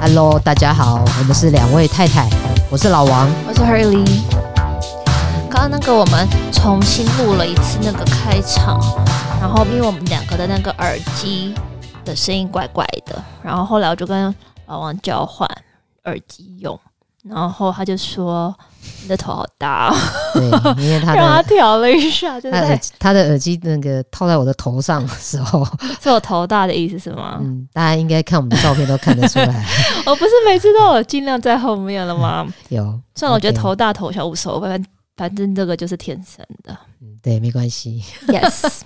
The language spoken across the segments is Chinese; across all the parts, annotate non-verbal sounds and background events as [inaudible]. Hello，大家好，我们是两位太太，我是老 [laughs] 王。我是 Hurley。刚刚那个我们重新录了一次那个开场，然后因为我们两个的那个耳机的声音怪怪的，然后后来我就跟老王交换耳机用，然后他就说你的头好大、哦， [laughs] 对，因为他让他的调了一下，[laughs] 就他是耳在他的耳机那个套在我的头上的时 [laughs] 候，是我头大的意思是吗？嗯，大家应该看我们的照片都看得出来我不是每次都有尽量在后面了吗？有。算了，我觉嗯得 OK 头大头小无所谓，反反正这个就是天生的。嗯对，没关系。 Yes，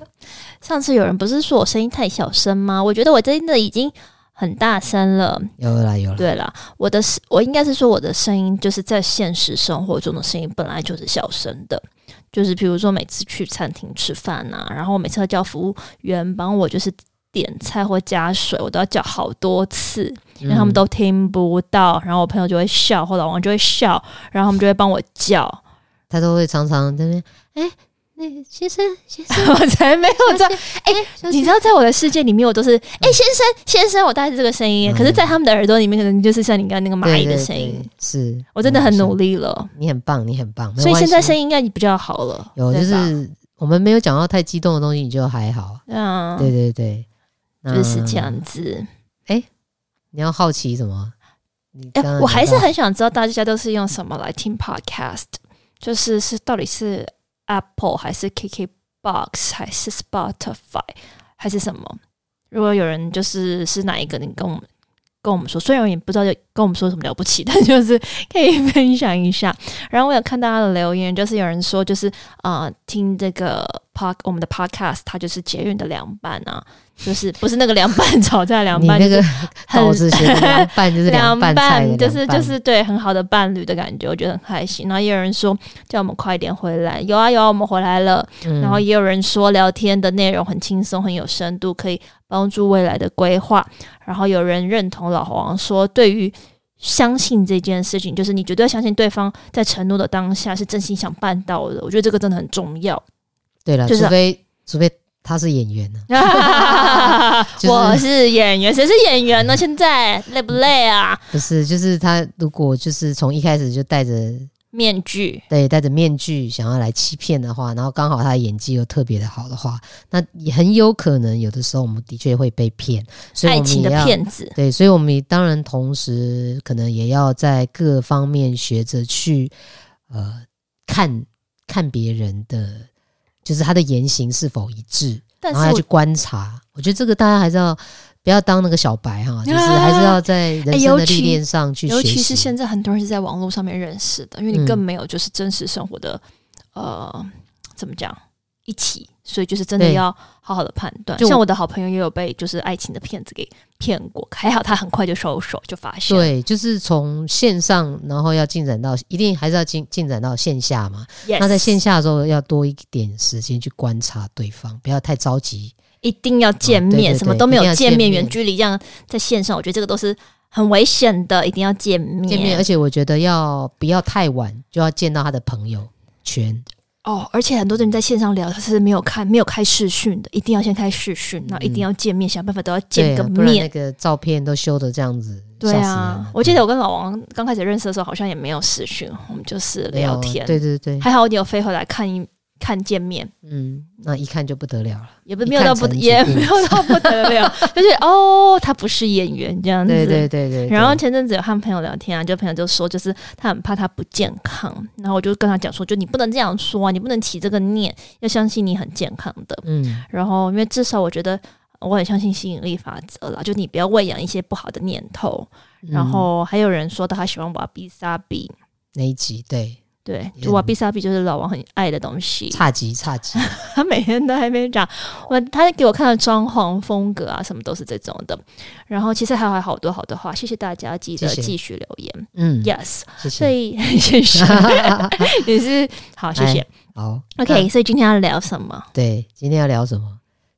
上 [laughs] 次有人不是说我声音太小声吗？我觉得我真的已经很大声了。有了啦有了，对啦，我的是我应该是说我的声音就是在现实生活中的声音本来就是小声的，就是比如说每次去餐厅吃饭呐、然后我每次要叫服务员帮我就是点菜或加水，我都要叫好多次，因为他们嗯都听不到，然后我朋友就会笑，或老王就会笑，然后他们就会帮我叫，他都会常常在那边，哎，那先生先生， [laughs] 我才没有在哎，你知道，在我的世界里面，我都是哎、先生，先生，我大概是这个声音。嗯可是，在他们的耳朵里面，可能就是像你刚刚那个蚂蚁的声音。对对对是我真的很努力，力了，你很棒，你很棒。没所以关现在系声音应该比较好了。有就对吧是我们没有讲到太激动的东西，你就还好。嗯，对嗯对对，就是那这样子。你要好奇什么？你哎、刚刚我还讲是到很想知道大家都是用什么来听 podcast，就是是到底是 Apple 还是 KKBox 还是 Spotify 还是什么？如果有人就是是哪一个，你跟我们跟我们说，虽然也不知道有跟我们说什么了不起， [laughs] 但就是可以分享一下。然后我有看到他的留言，就是有人说就是呃听这个 pod 我们的 podcast，它就是捷运的凉拌啊，就是不是那个凉拌 [laughs] 炒菜凉你拌，那就是个很稿子写的凉拌就是凉拌菜的就是凉拌就是对很好的伴侣的感觉，我觉得很开心。然后也有人说叫我们快点回来，有啊有啊，我们回来了。嗯然后也有人说聊天的内容很轻松，很有深度，可以帮助未来的规划。然后有人认同老黄说，对于相信这件事情，就是你绝对相信对方在承诺的当下是真心想办到的。我觉得这个真的很重 [laughs] 要。对了，就是除非除非他是演员呢，就是我是演员，谁是演员呢？现在累不累啊？不是就是他如果就是从一开始就戴着面具。对戴着面具想要来欺骗的话，然后刚好他的演技又特别的好的话，那也很有可能有的时候我们的确会被骗，所以爱我们情也的要。骗子，对，所以我们也当然同时可能也要在各方面学着去呃看看别人的，就是他的言行是否一致，但然是后要我去观察。我觉得这个大家还是要不要当那个小白哈，就是啊还是要在哎人生尤的其历练上去学尤习。其是现在很多人是在网络上面认识的，因为你嗯更没有就是真实生活的、呃怎么讲一起，所以就是真的对要好好的判断。就像我的好朋友也有被就是爱情的骗子给骗过，还好他很快就收手就发现。对，就是从线上，然后要进展到一定还是要进进展到线下嘛。 y e 那在线下的时候要多一点时间去观察对方，不要太着急。一定要见嗯对面，对什么对都没一定有要见见面，面远距离这样在线上，我觉得这个都是很危险的，一定要见面。见面，而且我觉得要不要太晚就要见到他的朋友圈，哦，而且很多人在线上聊，他是没有看没有开视讯的，一定要先开视讯，那一定要见面，想办法都要嗯见对个啊不然面那。个照片都修的这样子，对吓死人啊了，我记得我跟老王刚开始认识的时候，好像也没有视讯，我们就是没有聊天。对对对，还好你有飞回来看一看见面，嗯，那一看就不得了了，也不一没有到看不成一也 [laughs] 部没有到不得 [laughs] 了，就是哦，他不是演员这样子。对对对对，对然后前阵子有和朋友聊天啊，就朋友就说，就是他很怕他不健康，然后我就跟他讲说，就你不能这样说啊，你不能起这个念，要相信你很健康的。嗯，然后因为至少我觉得呃我很相信吸引力法则啦，就你不要喂养一些不好的念头。然嗯后还有人说到他喜欢瓦比萨比，那一集对对，嗯就瓦比萨比就是老王很爱的东西。差集差 [laughs] 集，他每天都还没讲，我他给我看的装潢风格啊，什么都是这种的。然后其实还有好多好多话，谢谢大家，记得谢谢继续留言。嗯， Yes，谢所谢，哎以谢谢， [laughs] 也是好，谢谢。好 OK，所以今天要聊什么？那对，今天要聊什么？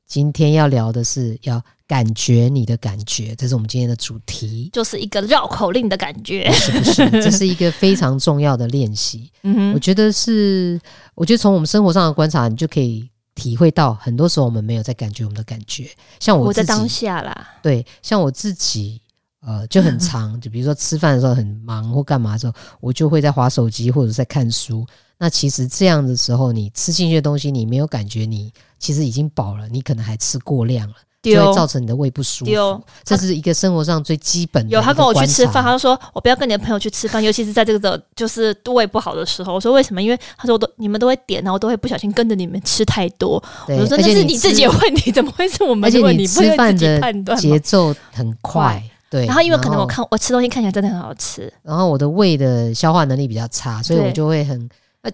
今天要聊的是要感觉你的感觉，这是我们今天的主题。 [laughs] 就是一个绕口令的感觉。是不是？这是一个非常重要的练习。嗯我哼，觉得是，我觉得从我们生活上的观察，你就可以体会到，很多时候我们没有在感觉我们的感觉。像我活在自当己，下啦。对，像我自己，呃，就很长，就比如说吃饭的时候很忙或干嘛的时候，我就会在划手机或者在看书。那其实这样的时候，你吃进去的东西，你没有感觉你其实已经饱了，你可能还吃过量了，就会造丢成你的胃不舒丢服。。这是一个生活上最基本的。有他跟我去吃饭，他，就说我不要跟你的朋友去吃饭，尤其是在这个就是胃不好的时候。我说为什么？因为他说我都你们都会点，然后我都会不小心跟着你们吃太多。对，我说而那且是你你自己的吃问题，怎么会是我们而且的问你题？吃不会饭自己的判断节吗？奏很快快，对。然后因为可能我然看我吃东西看起来真的很好吃，然后我的胃的消化能力比较差，所以对我就会很呃，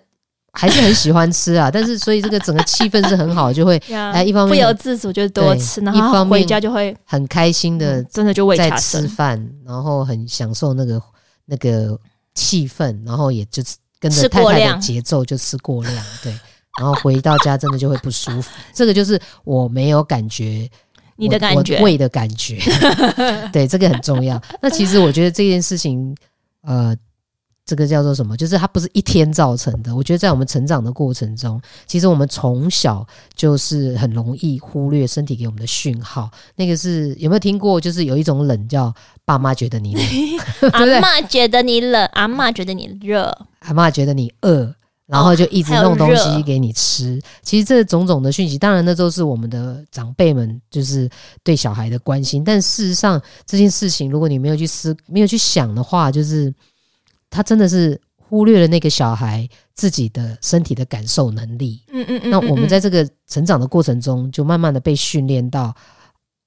还是很喜欢吃啊。但是所以这个整个气氛是很好，就会呀哎一方嗯不面由自主就多对吃，一然后方回面家就会很开心的嗯真的就胃在卡吃生，饭，然后很享受那个那个气氛，然后也就是跟着吃太过太的量节奏就吃过量，对。然后回到家真的就会不舒服，这个就是我没有感觉你的我感我觉胃的感觉， [laughs] 对，这个很重要。那其实我觉得这件事情，呃，这个叫做什么？就是它不是一天造成的。我觉得在我们成长的过程中，其实我们从小就是很容易忽略身体给我们的讯号。那个是有没有听过？就是有一种冷叫爸妈觉得你冷，对不阿对？嬷觉得你冷，阿嬷觉得你热，阿妈觉得你饿，然后就一直弄东哦还有西热给你吃。其实这种种的讯息，当然那都是我们的长辈们就是对小孩的关心，但事实上这件事情，如果你没有去思、没有去想的话，就是他真的是忽略了那个小孩自己的身体的感受能力。嗯嗯嗯。那嗯我们嗯在这个成长的过程中，就慢慢的被训练到，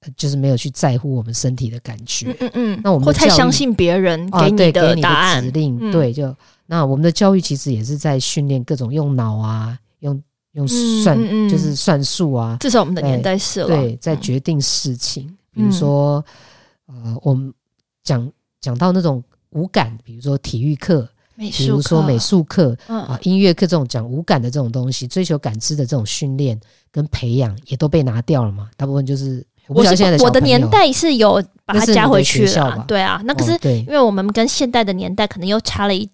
呃就是没有去在乎我们身体的感觉。嗯嗯嗯，那我们或的太教育相信别人啊，对，给你给的你答案指，令，嗯对，就那我们的教育其实也是在训练各种用脑啊，用用嗯算、嗯嗯就是算术啊，至少我们的对年代是了。对，在嗯决定事情，比如说呃，我们讲讲到那种无感，比如说体育课，美术比如说课美，术课嗯啊，，音乐课这种讲无感的这种东西，追求感知的这种训练跟培养也都被拿掉了嘛，大部分就是我不我晓得是现在的我小的朋友年代是有把那它是加你回的去学校了吧，对啊，那可哦是对 [laughs] 因，为我们跟现代的年代可能又 [laughs] 差了一，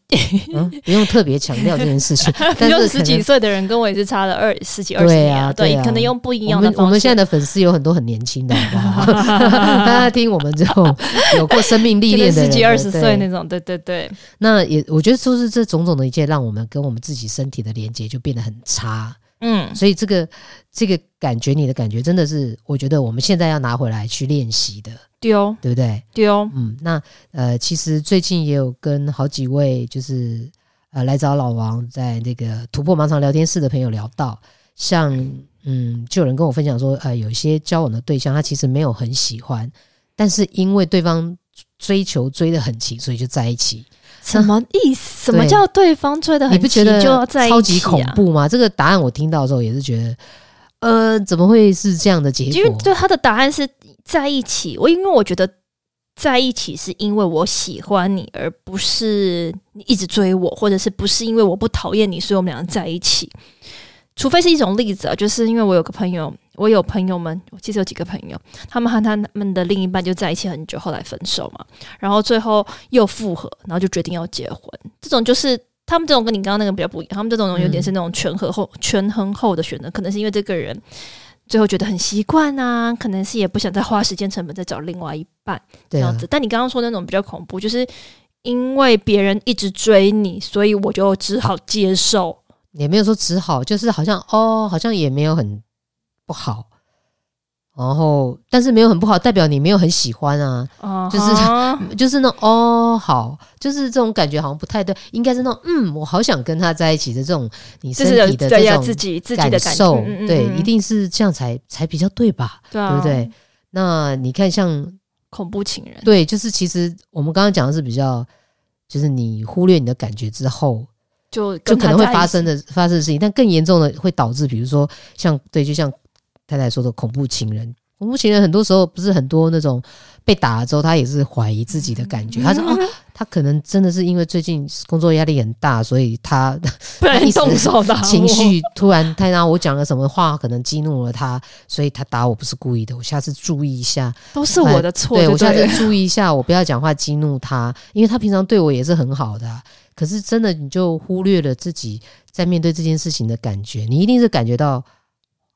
嗯，不用特别强调这件事 [laughs] 情，但就是十可几能岁的人跟我也是差了二十几二十对年啊对对，啊可能用不一我样的们方式。我们现在的粉丝有很多很年轻的，好不好？ [laughs] 大家听我们这种有过生命历可能练的十人，几二十岁对那种，对对对，那也我觉得就是这种种的一切，让我们跟我们自己身体的连接就变得很差。嗯，所以这个这个感觉，你的感觉真的是，我觉得我们现在要拿回来去练习的，丢对不对？丢，嗯，那呃，其实最近也有跟好几位就是呃来找老王在这个突破盲肠聊天室的朋友聊到，像嗯，就有人跟我分享说，呃，有一些交往的对象他其实没有很喜欢，但是因为对方追求追得很勤，所以就在一起。什么意思？什么对叫对方追的你很不觉急就得要在一超级起恐啊？怖吗？这个答案我听到的时候也是觉得，呃，怎么会是这样的结因为果？对他的答案是在一起，我因为我觉得在一起是因为我喜欢你，而不是你一直追我，或者是不是因为我不讨厌你，所以我们两个在一起。除非是一种例子啊，就是因为我有个朋友，我有朋友们，我其实有几个朋友，他们和他们的另一半就在一起很久，后来分手嘛，然后最后又复合，然后就决定要结婚。这种就是他们这种跟你刚刚那个比较不一样，他们这种有点是那种权衡嗯后、权衡后的选择，可能是因为这个人最后觉得很习惯啊，可能是也不想再花时间成本再找另外一半这对啊样子。但你刚刚说那种比较恐怖，就是因为别人一直追你，所以我就只好接受。也没有说只好，就是好像哦，好像也没有很不好，然后但是没有很不好，代表你没有很喜欢啊，啊就是哈就是那种哦好，就是这种感觉好像不太对，应该是那种嗯，我好想跟他在一起的这种你就身是有体的对呀，这自种己自己的感受，嗯嗯嗯对，嗯一定是这样才才比较对吧？对啊对不对？那你看像恐怖情人，对，就是其实我们刚刚讲的是比较，就是你忽略你的感觉之后，就就跟可他能会在一发起生的发生的事情，但更严重的会导致，比如说像对，就像太太说的恐怖情人，恐怖情人很多时候不是很多那种被打了之后，他也是怀疑自己的感嗯觉，他说啊，他可能真的是因为最近工作压力很大，所以他不然一你时动手打我情，绪突然太大，我讲了什么话可能激怒了他，所以他打我不是故意的，我下次注意一下，都是我的错，哎对就我下对次了注意一下，我不要讲话激怒他，因为他平常对我也是很好的啊、可是真的，你就忽略了自己在面对这件事情的感觉，你一定是感觉到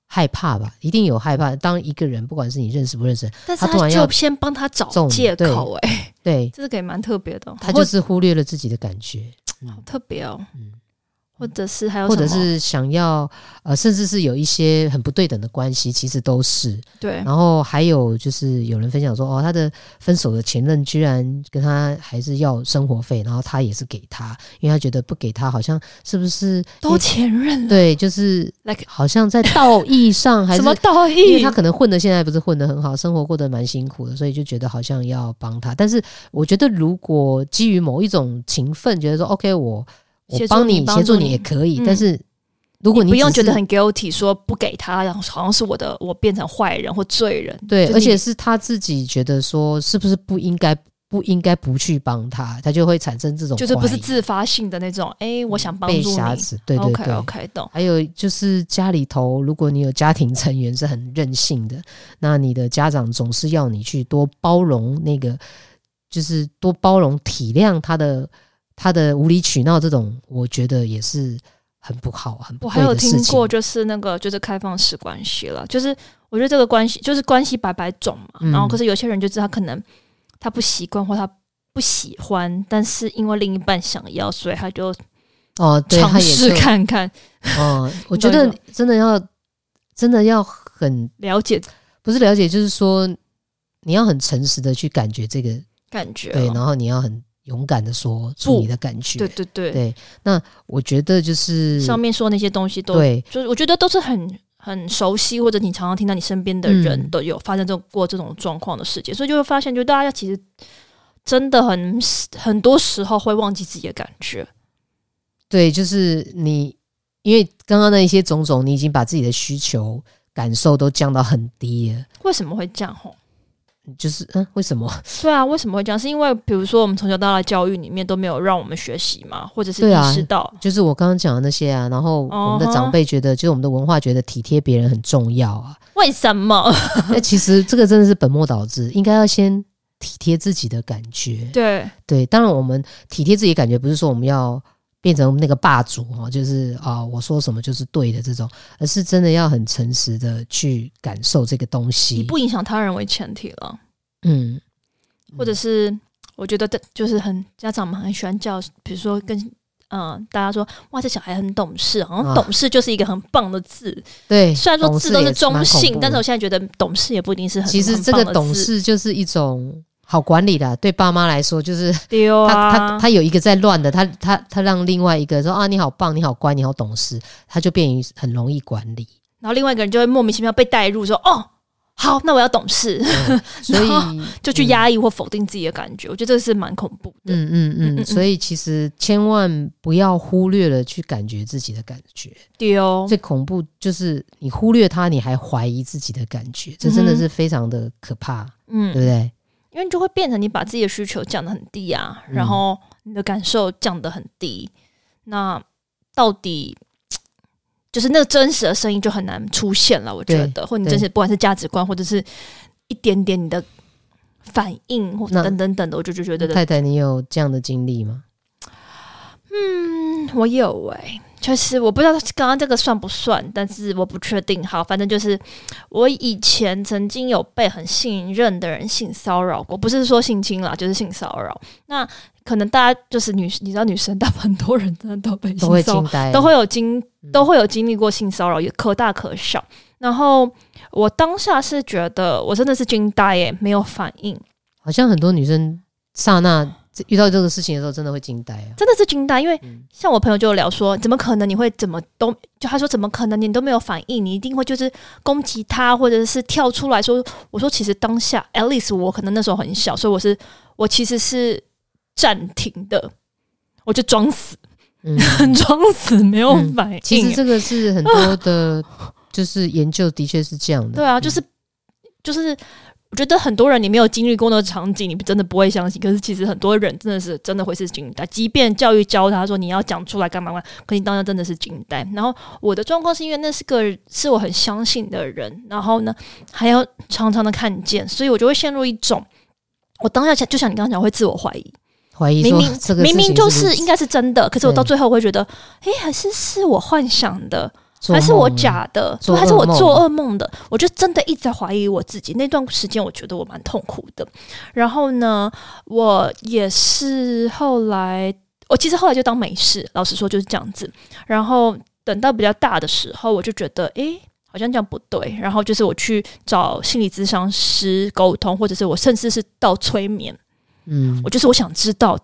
害怕吧，一定有害怕。当一个人，不管是你认识不认识，但是他突他然要就先帮他找中借对口、哎，对这个也蛮特别的哦，他就是忽略了自己的感觉，或好特别哦，嗯或者是还有或者什么是想要呃，甚至是有一些很不对等的关系，其实都是。对然后还有就是有人分享说，哦，他的分手的前任居然跟他还是要生活费，然后他也是给他，因为他觉得不给他好像是不是都前任了，对，就是来个好像在道义上还是什么道因为义他？可能混的现在不是混得很好，生活过得蛮辛苦的，所以就觉得好像要帮他。但是我觉得，如果基于某一种情分，觉得说 OK，我我协助帮你你帮协助助你你也可以，嗯但是如果你不用只是觉得很 guilty，说不给他，然后好像是我的，我变成坏人或罪人。对，就而你且是他自己觉得说是不是不应该不应该不去帮他，他就会产生这种就是不怀是疑自发性的那种，哎、我想帮助被你。挟持，对对对 OK OK，懂。还有就是家里头，如果你有家庭成员是很任性的，那你的家长总是要你去多包容那个，就是多包容体谅他的他的无理取闹这种，我觉得也是很不好、很我不还对有的事听情过，。就是那个就是开放式关系了，就是我觉得这个关系就是关系百百种嘛。嗯然后可是有些人就是他可能他不习惯或他不喜欢，但是因为另一半想要，所以他就哦，对，他尝也试是，看看，嗯，我你觉懂得吗真的要真的要很了解不是了解，就是说你要很诚实的去感觉这个，感觉对，了。然后你要很勇敢的说出啊不你的感觉。对对对，对那我觉得就是上面说那些东西都对，就是我觉得都是很很熟悉，或者你常常听到你身边的人嗯都有发生这种过这种状况的事情，所以就会发现，就大家其实真的很很多时候会忘记自己的感觉，对，就是你，因为刚刚那一些种种，你已经把自己的需求、感受都降到很低了。为什么会这样？吼，就是嗯，为什么？ [laughs] 对啊，为什么会这样？是因为比如说我们从小到大的教育里面都没有让我们学习嘛，或者是对啊意识到，就是我刚刚讲的那些啊，然后我们的哦长辈觉得，就是我们的文化觉得体贴别人很重要啊。为什么？那其实这个真的是本末倒置，应该要先体贴自己的感觉。对，对，当然我们体贴自己的感觉，不是说我们要变成那个霸主哈，就是啊、我说什么就是对的这种，而是真的要很诚实的去感受这个东西。 [laughs] 以不影响他人为前提了，嗯，或者是我觉得这就是很家长们很喜欢叫，比如说跟嗯、大家说哇，这小孩很懂事，好啊哎像懂事就是一个很棒的字。对，虽然说字都是中性，但是我我现在觉得懂事也不一定是很其实这个懂事就是一种好管理啦，对爸妈来说，就是丢他、啊，他他有一个在乱的，他他他让另外一个说啊你好棒，你好乖，你好懂事，他就变于很容易管理。然后另外一个人就会莫名其妙被带入说哦。好，那我要懂事， [laughs] 嗯所以就去压抑或否定自己的感觉，我觉得这个是蛮恐怖的。嗯嗯嗯嗯嗯，嗯所以其实千万不要忽略了去感觉自己的感觉。丢、最恐怖就是你忽略它，你还怀疑自己的感觉，这真的是非常的可怕，对嗯，不对？因为就会变成你把自己的需求降得很低啊，嗯然后你的感受降得很低，那到底就是那个真实的声音就很难出现了。我觉对得，或你对真实不管是价值观，或者是一点点你的反应，或那等等等的，我就就觉得太太，你有这样的经历吗？嗯， [clears throat] 我有哎、确实我不知道刚刚这个算不算，但是我不确定。好，反正就是我以前曾经有被很信任的人性骚扰过，不是说性侵啦，就是性骚扰。那可能大家就是女，你知道女生，大部分很多人真的都被都会性骚惊扰，呆，啊都会有经嗯都会有经历过性骚扰，也可大可小。然后我当下是觉得我真的是惊呆耶、没有反应，好像很多女生刹那遇到这个事情的时候，真的会惊呆 [laughs] 啊。真的是惊呆，因为嗯像我朋友就有聊说，怎么可能你会怎么都就他说怎么可能你都没有反应，你一定会就是攻击他，或者是跳出来说。我说其实当下，at least 我可能那时候很小，所以我是我其实是暂停的，我就装死， [laughs] 嗯，装死没有反应。其实这个是很多 [laughs] 的，就是研究的确是这样的。对啊，就是就是。我觉得很多人你没有经历过那个场景，你真的不会相信。可是其实很多人真的是真的会是惊呆，即便教育教他说你要讲出来干嘛干嘛，可你当时真的是惊呆。然后我的状况是因为那是个是我很相信的人，然后呢还要常常的看见，所以我就会陷入一种我当下就像你刚刚讲会自我怀疑，怀疑明说明这个明明就是是应该是真的，可是我到对最后会觉得，诶，还是是我幻想的，做还是我梦啊假的，做对，还是我噩梦做噩梦的，我就真的一直在怀疑我自己。那段时间我觉得我蛮痛苦的。然后呢，我也是后来，我其实后来就当没事，老实说就是这样子。然后等到比较大的时候，我就觉得，诶。好像这样不对，然后就是我去找心理咨商师沟通，或者是我甚至是到催眠，嗯我就是我想知道，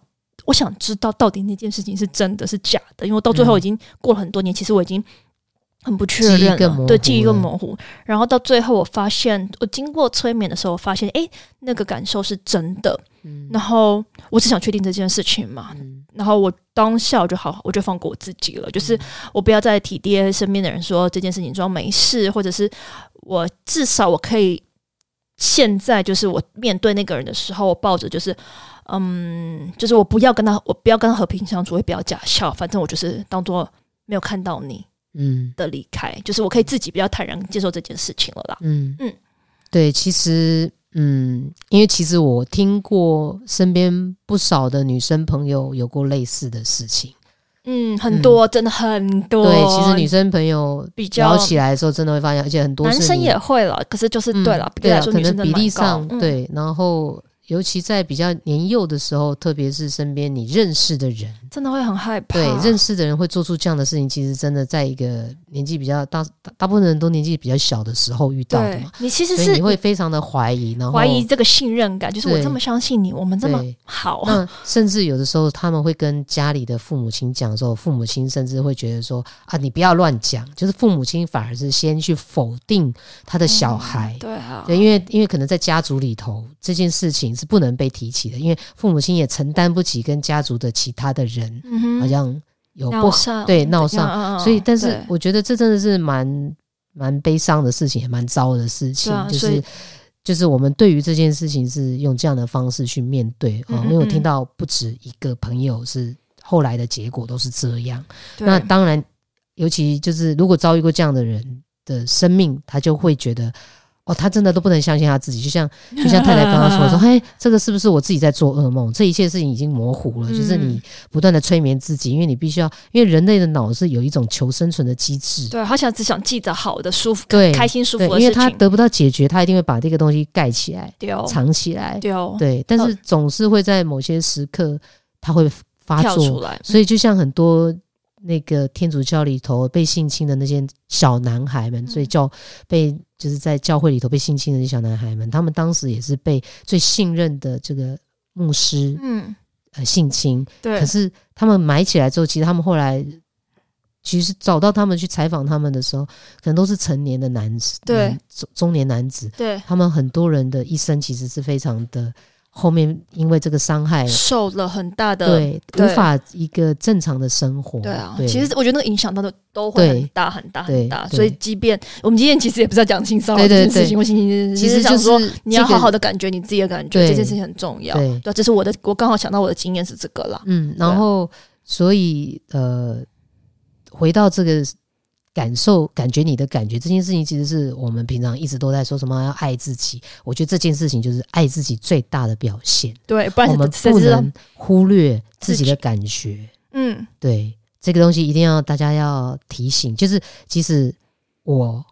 我想知道到底那件事情是真的是假的，因为我到最嗯后已经过了很多年，其实我已经很不确记忆认更模了，对，糊记忆更了模糊。然后到最后，我发现我经过催眠的时候，我发现诶，那个感受是真的。嗯然后我只想确定这件事情嘛，嗯然后我当下我就好，我就放过我自己了，就是我不要再体贴身边的人说这件事情装没事，或者是我至少我可以现在就是我面对那个人的时候，我抱着就是嗯，就是我不要跟他，我不要跟他和平相处，我也不要假笑，反正我就是当做没有看到你嗯的离开，就是我可以自己比较坦然接受这件事情了啦。嗯嗯嗯，对，其实嗯，因为其实我听过身边不少的女生朋友有过类似的事情。嗯，很多、真的很多，对，其实女生朋友比较聊起来的时候，真的会发现，而且很多男是生你也会了，可是就是嗯对了，比例对来啊，说可女生能真的比例蛮高上、嗯对，然后尤其在比较年幼的时候，特别是身边你认识的人，真的会很害怕。对认识的人会做出这样的事情，其实真的在一个年纪比较大，大大部分人都年纪比较小的时候遇到的对嘛，你其实所以是你会非常的怀疑，然后怀疑这个信任感，就是我对这么相信你，我们这么对。好，那甚至有的时候，他们会跟家里的父母亲讲的时候，父母亲甚至会觉得说：“啊，你不要乱讲。”就是父母亲反而是先去否定他的小孩，对啊，对，因为因为可能在家族里头这件事情是不能被提起的，因为父母亲也承担不起跟家族的其他的人嗯哼，好像有不闹好，上嗯对闹上，上所以但是我觉得这真的是蛮蛮悲伤的事情，也蛮糟的事情，对啊就所以是。就是我们对于这件事情是用这样的方式去面对啊、嗯嗯因为我嗯听到不止一个朋友是后来的结果都是这样。那那当然，尤其就是如果遭遇过这样的人的生命，他就会觉得，哦，他真的都不能相信他自己。就像就像太太刚刚说 [laughs] 的，说，嘿，这个是不是我自己在做噩梦？这一切事情已经模糊了，嗯就是你不断的催眠自己，因为你必须要，因为人类的脑是有一种求生存的机制。对，好想只想记得好的、舒服、对，开心、舒对服，的因为事他情，哦得不到解决，他一定会把这个东西盖起来、丢藏起来。丢对，但是总是会在某些时刻，他会发跳作出来，所以就像很多那个天主教里头被性侵的那些小男孩们，嗯所以教被就是在教会里头被性侵的那些小男孩们，他们当时也是被最信任的这个牧师嗯，呃性侵，对可，是他们埋起来之后，其实他们后来。其实找到他们去采访他们的时候，可能都是成年的男子，对男中中年男子，对，他们很多人的一生其实是非常的，后面因为这个伤害受了很大的，对，无对法一个正常的生活。对啊，其实我觉得那个影响到的都会对很大很大很对大，对所以即便我们今天其实也不是要讲性骚扰对这对件事对情，我心情其实想就说。是你要这个好好的感觉你自己的感觉，对这件事情很重要。对对，这啊是我的，我刚好想到我的经验是这个啦。嗯，对然啊后所以呃，回到这个感受，感觉你的感觉这件事情，其实是我们平常一直都在说什么要爱自己。我觉得这件事情就是爱自己最大的表现，对，不然哦我们谁不知道能忽略自自己己的感觉。嗯，对这个东西一定要大家要提醒，就是即使我，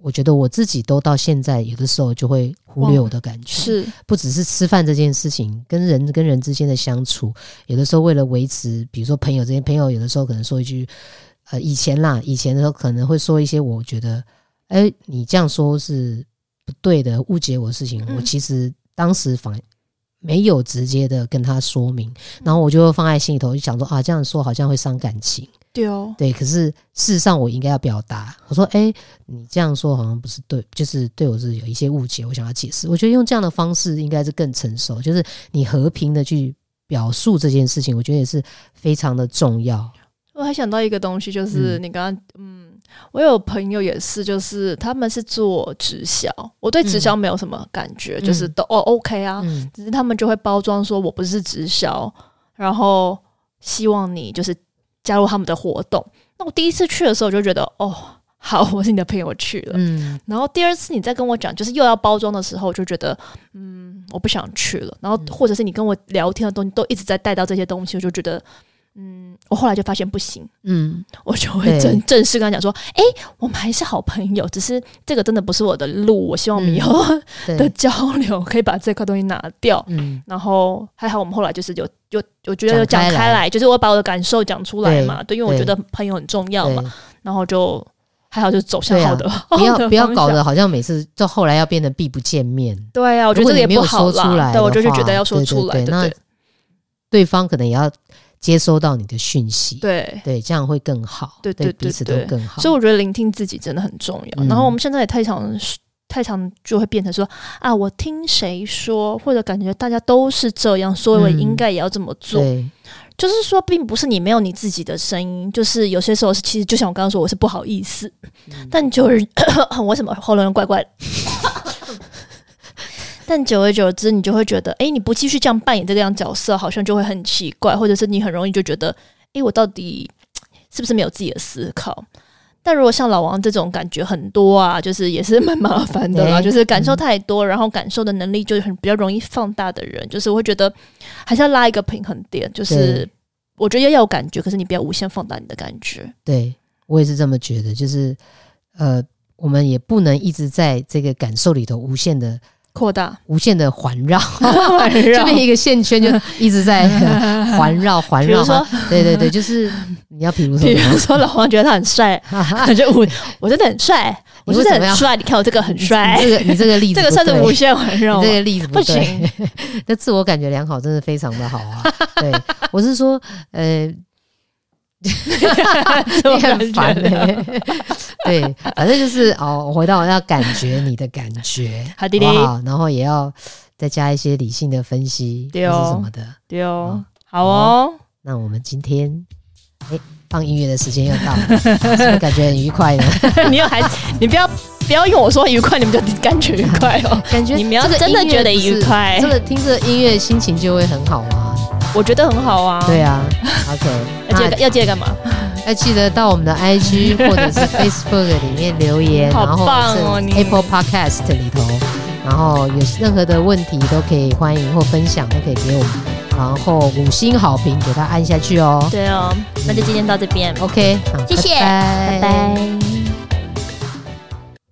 我觉得我自己都到现在有的时候就会忽略忘我的感觉，是不只是吃饭这件事情，跟人跟人之间的相处，有的时候为了维持，比如说朋友之间，朋友有的时候可能说一句，呃，以前啦，以前的时候可能会说一些我觉得，哎，你这样说是不对的，误解我的事情，嗯我其实当时反没有直接的跟他说明，然后我就会放在心里头，就想说啊，这样说好像会伤感情，丢，对，可是事实上我应该要表达，我说，哎、你这样说好像不是对，就是对我是有一些误解，我想要解释。我觉得用这样的方式应该是更成熟，就是你和平的去表述这件事情，我觉得也是非常的重要。我还想到一个东西，就是嗯你刚刚，嗯，我有朋友也是，就是他们是做直销，我对直销没有什么感觉，嗯就是都哦 OK 啊，嗯只是他们就会包装说我不是直销，然后希望你就是加入他们的活动。那我第一次去的时候，我就觉得哦，好，我是你的朋友去了，嗯然后第二次你再跟我讲，就是又要包装的时候，我就觉得，嗯，我不想去了。然后嗯或者是你跟我聊天的东西都一直在带到这些东西，我就觉得，嗯，我后来就发现不行，嗯，我就会正正式跟他讲说，哎、我们还是好朋友，只是这个真的不是我的路，我希望我们以后的嗯对，交流可以把这块东西拿掉。嗯，然后还好，我们后来就是有有，我觉得有讲讲开来开来，就是我把我的感受讲出来嘛，对，因为我觉对得朋友很重要对嘛，，然后就还好，就走向对啊 [laughs] 好的，好 [laughs] 不要的不要方搞向得好像每次到后来要变得避不见面，对啊，我觉如果得这个也你没有不好说出啦。来对，我的就就觉话得要说对对出来，对对那对对方可能也要接收到你的讯息，对。对，这样会更好，对对对彼对此都对更好。所以我觉得聆听自己真的很重要。嗯然后我们现在也太常太常就会变成说啊，我听谁说，或者感觉大家都是这样，所以我嗯应该也要这么做。对就是说，并不是你没有你自己的声音，就是有些时候是其实就像我刚刚说，我是不好意思，但久而 [coughs] 我怎么喉咙又怪怪的？ [laughs] 但久而久之，你就会觉得，哎、你不继续这样扮演这个样角色，好像就会很奇怪，或者是你很容易就觉得，哎、我到底是不是没有自己的思考？但如果像老王这种感觉很多啊，就是也是蛮麻烦的啦，哎就是感受太多，然后感受的能力就很比较容易放大的人，就是我会觉得还是要拉一个平衡点，就是对我觉得要有感觉，可是你不要无限放大你的感觉。对，我也是这么觉得，就是呃，我们也不能一直在这个感受里头无限的、扩大，无限的环绕， [laughs] 环绕就变一个线圈，就一直在 [laughs] 环 [laughs] 绕、环比如绕。说，对对对，就是你要比如说 [laughs] 比，如说老王觉得他很帅， [laughs] 他就我我真的很帅，我你真为的什么很要帅，你看我这个很帅 [laughs] 你，这个你这个例子不这个对，算是无限环绕你吗这？个例子不对， [laughs] 那自我感觉良好真的非常的好啊。对，我是说，呃，你这我啊感很觉烦了欸 [laughs] 对，反正就是哦，回到要感觉你的感觉， [laughs] 好好弟弟不，好？然后也要再加一些理性的分析，对哦或是什么的。对哦，好哦，那我们今天哎，放音乐的时间又到 [laughs] 了，是不是感觉很愉快呢？你又还你不要不要用我说愉快，你们就感觉愉快哦。感觉你们要这个真的音乐觉得不是愉快这个听着音乐心情就会很好啊。我觉得很好啊，对啊，OK，要记那得要记得干嘛？要记得到我们的 [laughs] IG 或者是 Facebook 里面留言，好然后棒哦是你 Apple Podcast 里头，然后有任何的问题都可以欢迎或分享都可以给我们，然后五星好评给它按下去哦。对哦，那就今天到这边， OK，好，谢谢拜拜拜